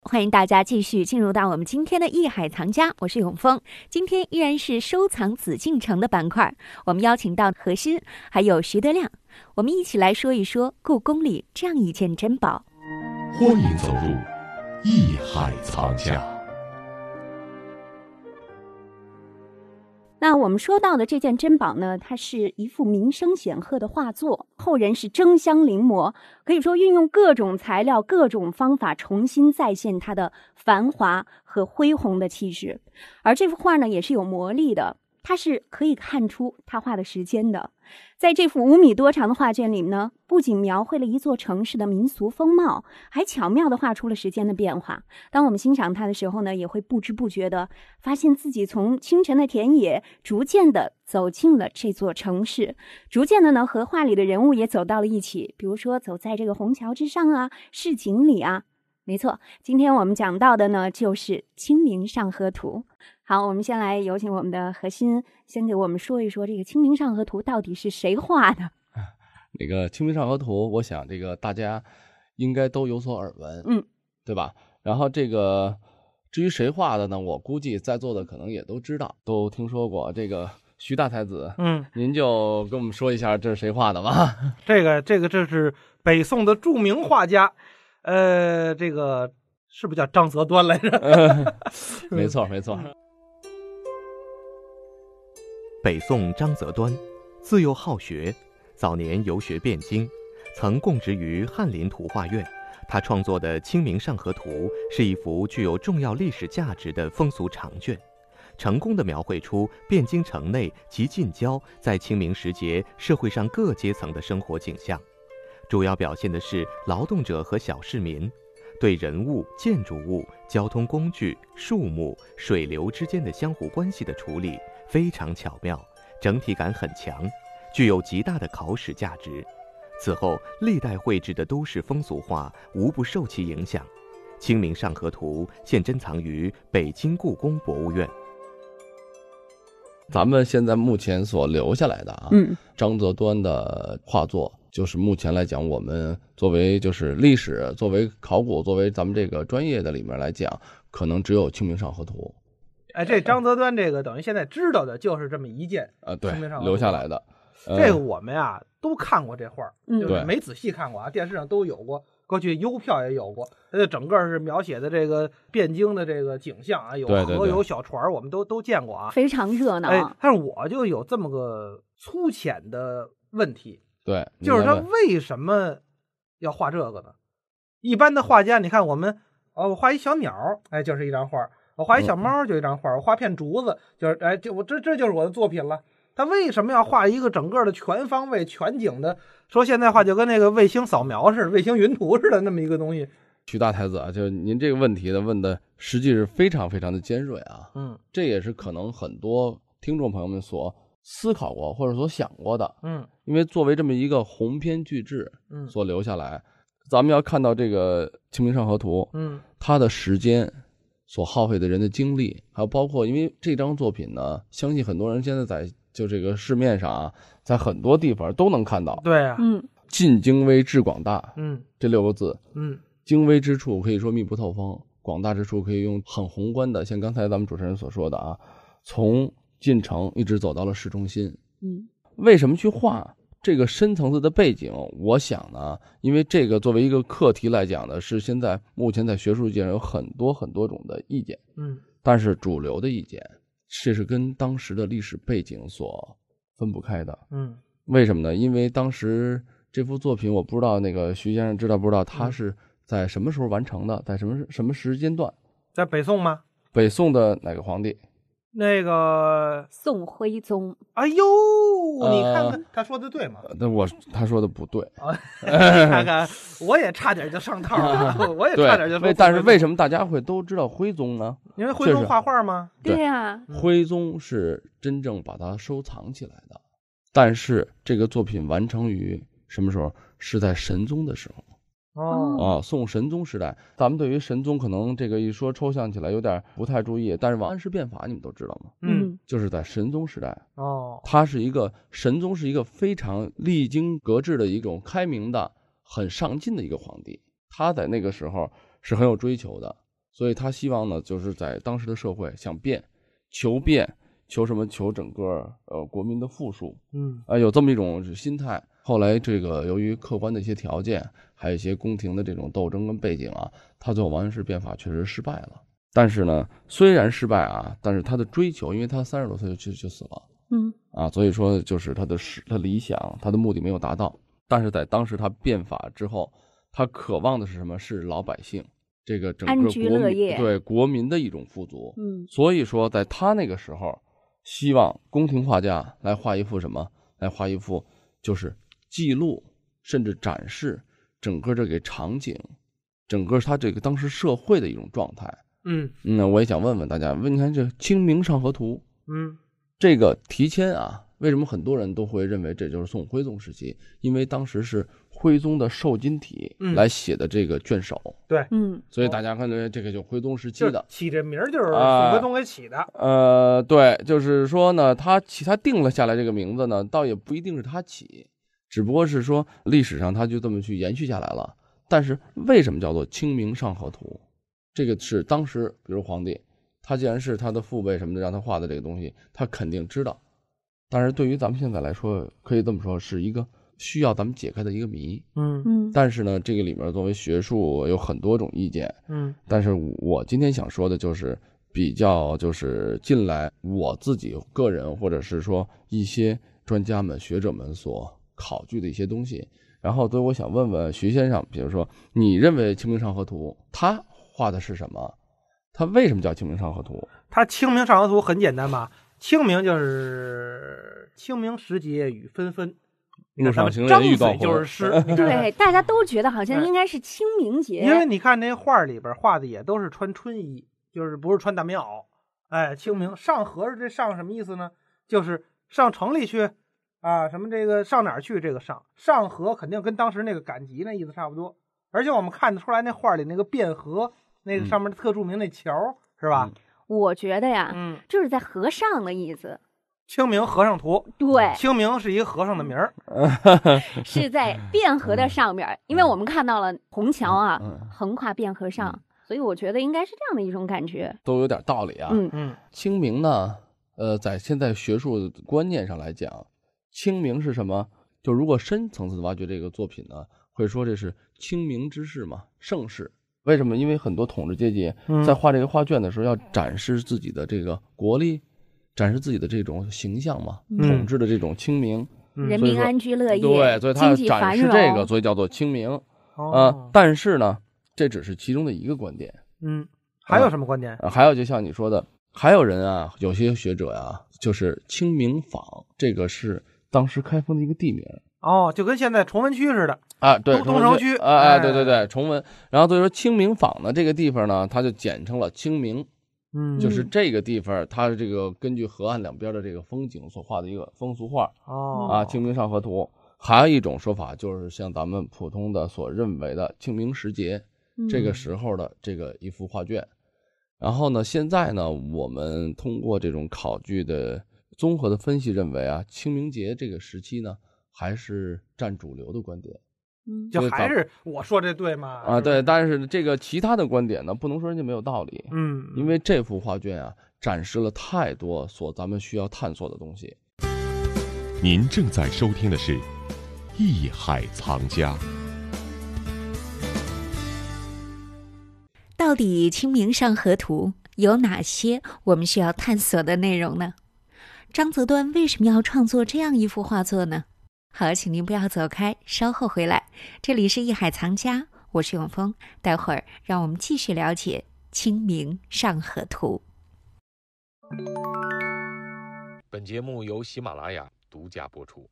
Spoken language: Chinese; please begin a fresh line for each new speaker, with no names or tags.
欢迎大家继续进入到我们今天的《艺海藏家》，我是永峰。今天依然是收藏紫禁城的板块，我们邀请到何欣还有徐德亮，我们一起来说一说故宫里这样一件珍宝。
欢迎走入艺海藏家。
那我们说到的这件珍宝呢，它是一幅名声显赫的画作，后人是争相临摹，可以说运用各种材料、各种方法重新再现它的繁华和恢宏的气势。而这幅画呢，也是有魔力的，它是可以看出它画的时间的。在这幅五米多长的画卷里呢，不仅描绘了一座城市的民俗风貌，还巧妙地画出了时间的变化。当我们欣赏它的时候呢，也会不知不觉地发现自己从清晨的田野，逐渐地走进了这座城市，逐渐的呢和画里的人物也走到了一起。比如说，走在这个虹桥之上啊，市井里啊。没错，今天我们讲到的呢，就是《清明上河图》。好，我们先来有请我们的何欣，先给我们说一说这个《清明上河图》到底是谁画的？
那个《清明上河图》，我想这个大家应该都有所耳闻，
嗯，
对吧？然后这个至于谁画的呢？我估计在座的可能也都知道，都听说过这个徐大才子，
嗯，
您就跟我们说一下这是谁画的 吧？
这个这个这是北宋的著名画家，呃，这个是不是叫张择端来着？
没错，没错，
北宋张择端，自幼好学，早年游学汴京，曾供职于翰林图画院。他创作的《清明上河图》是一幅具有重要历史价值的风俗长卷，成功地描绘出汴京城内及近郊在清明时节社会上各阶层的生活景象，主要表现的是劳动者和小市民。对人物、建筑物、交通工具、树木、水流之间的相互关系的处理非常巧妙，整体感很强，具有极大的考史价值。此后，历代绘制的都市风俗画无不受其影响。《清明上河图》现珍藏于北京故宫博物院。
咱们现在目前所留下来的啊，
嗯
张择端的画作，就是目前来讲，我们作为就是历史、作为考古、作为咱们这个专业的里面来讲，可能只有《清明上河图
哎，这张择端这个等于现在知道的就是这么一件》，
呃，对
啊清明上，河图
留下来的。呃
这个我们呀都看过这画儿，
嗯
就是没仔细看过啊，电视上都有过，过去邮票也有过。它这整个是描写的这个汴京的这个景象啊，有
对对
河
对
有小船儿，我们都都见过啊。
嗯非常热闹。啊
哎，但是我就有这么个粗浅的问题，
对，
就是
您
他
来问
为什么要画这个呢？一般的画家，你看我们，哦，我画一小鸟儿，哎，就是一张画儿；我画一小猫儿，就一张画儿；我画片竹子，就是哎，这我这这就是我的作品了。他为什么要画一个整个的全方位、全景的？说现在话就跟那个卫星扫描似的、卫星云图似的那么一个东西。
徐大才子啊，就是您这个问题的问的，实际是非常非常的尖锐啊。
嗯
这也是可能很多听众朋友们所思考过或者所想过的，
嗯
因为作为这么一个鸿篇巨制
嗯
所留下来，咱们要看到这个《清明上河图》，
嗯
它的时间所耗费的人的精力，还有包括因为这张作品呢，相信很多人现在在就这个市面上啊，在很多地方都能看到
对啊，
嗯
“尽精微致广大
嗯”
这六个字，
嗯
精微之处可以说密不透风，广大之处可以用很宏观的，像刚才咱们主持人所说的啊，从进城一直走到了市中心。
嗯
为什么去画这个深层次的背景？我想呢，因为这个作为一个课题来讲呢，是现在目前在学术界上有很多很多种的意见，
嗯
但是主流的意见，这是跟当时的历史背景所分不开的。
嗯
为什么呢？因为当时这幅作品，我不知道那个徐先生知道不知道，他是在什么时候完成的，在什么什么时间段？
在北宋吗？
北宋的哪个皇帝？
那个，
宋徽宗
哎呦，你看看，他说的对吗？
呃那我他说的不对，
看看，我也差点就上套了，我也
对
差点就。
为但是为
么？
什么大家会都知道徽宗呢？
因为徽
确
宗
实
画画吗？
对
对啊，
嗯
徽宗是真正把它收藏起来的，但是这个作品完成于什么时候？是在神宗的时候。
哦，
啊，宋神宗时代，咱们对于神宗可能这个一说抽象起来有点不太注意，但是王安石变法你们都知道吗？
嗯，
就是在神宗时代，
哦，
它是一个神宗是一个非常励精革制的一种开明的、很上进的一个皇帝，他在那个时候是很有追求的，所以他希望呢，就是在当时的社会想变，求变，求什么？求整个呃国民的富庶，
嗯
啊、有这么一种心态。后来这个由于客观的一些条件，还有一些宫廷的这种斗争跟背景啊，他最后王安石变法确实失败了。但是呢，虽然失败啊，但是他的追求，因为他三十多岁就就就死了。
嗯
啊，所以说就是他的是他理想，他的目的没有达到。但是在当时他变法之后，他渴望的是什么？是老百姓这个整
安
个
居
国
乐
民
业
对国民的一种富足。
嗯
所以说，在他那个时候，希望宫廷画家来画一幅什么？来画一幅就是记录甚至展示整个这个场景，整个他这个当时社会的一种状态。
嗯
嗯，那我也想问问大家，问你看这《清明上河图》，
嗯
这个提签啊，为什么很多人都会认为这就是宋徽宗时期？因为当时是徽宗的瘦金体
嗯
来写的这个卷首，
嗯
所以大家看这这个就徽宗时期
就
的。
起这名儿就是
啊
宋徽宗给起的，
呃，对，就是说呢，他起他定了下来这个名字呢，倒也不一定是他起，只不过是说历史上他就这么去延续下来了。但是为什么叫做《清明上河图》？这个是当时，比如皇帝，他既然是他的父辈什么的让他画的这个东西，他肯定知道。但是对于咱们现在来说，可以这么说，是一个需要咱们解开的一个谜。
嗯
嗯
但是呢，这个里面作为学术有很多种意见，
嗯
但是我今天想说的就是比较就是近来我自己个人或者是说一些专家们学者们所考据的一些东西。然后，所以我想问问徐先生，比如说你认为《清明上河图》它画的是什么？它为什么叫《清明上河图
他清明上河图很简单吧？清明就是清明时节雨纷纷，你看
路上
咱们
行人
张
欲断
嘴就
魂
是诗， 你看
对，大家都觉得好像
哎
应该是清明节，
因为你看那画里边画的也都是穿春衣，就是不是穿大棉袄。哎，清明上河这上什么意思呢？就是上城里去啊，什么这个上哪儿去？这个上上河肯定跟当时那个赶集那意思差不多。而且我们看得出来，那画里那个汴河那个上面特著名那桥、是吧？
我觉得呀，
嗯，
就是在河上的意
嗯
思。
清明和尚图，
对，
清明是一个和尚的名儿。
是在汴河的上边儿，因为我们看到了虹桥啊，
嗯嗯
横跨汴河上，所以我觉得应该是这样的一种感觉》。。
都有点道理啊。
嗯
嗯
清明呢，呃，在现在学术观念上来讲，清明是什么？就如果深层次地挖掘这个作品呢，会说这是清明之事嘛，盛世。为什么？因为很多统治阶级
嗯
在画这个画卷的时候，要展示自己的这个国力，展示自己的这种形象嘛，统
嗯
治的这种清明。
嗯
人
所以
民
说
安居乐业，
对，所以他
经济
展
繁
示
荣。
这个，所以叫做清明。呃
哦，，
但是呢，这只是其中的一个观点。
嗯，还有什么观点？
呃还有就像你说的，还有人啊，有些学者啊，就是清明坊，这个是当时开封的一个地名
哦，就跟现在崇文区似的。
啊，对，
东
崇文
东城区
啊，哎，
哎
对对对，崇文。然后所以说清明坊呢，这个地方呢，它就简称了清明，
嗯
就是这个地方，它这个根据河岸两边的这个风景所画的一个风俗画
哦
啊，《清明上河图》。还有一种说法就是像咱们普通的所认为的清明时节，
嗯
这个时候的这个一幅画卷。然后呢，现在呢，我们通过这种考据的综合的分析，认为啊，清明节这个时期呢，还是占主流的观点
嗯
就
就是
还
咱
是我说这对吗？
啊。
是不
对，
是
但是这个其他的观点呢，不能说人家没有道理，
嗯，
因为这幅画卷啊，展示了太多所咱们需要探索的东西。
您正在收听的是《艺海藏家》。
到底《清明上河图》有哪些我们需要探索的内容呢？张择端为什么要创作这样一幅画作呢？好，请您不要走开，稍后回来。这里是《艺海藏家》，我是永峰。待会儿让我们继续了解《清明上河图》。
本节目由喜马拉雅独家播出。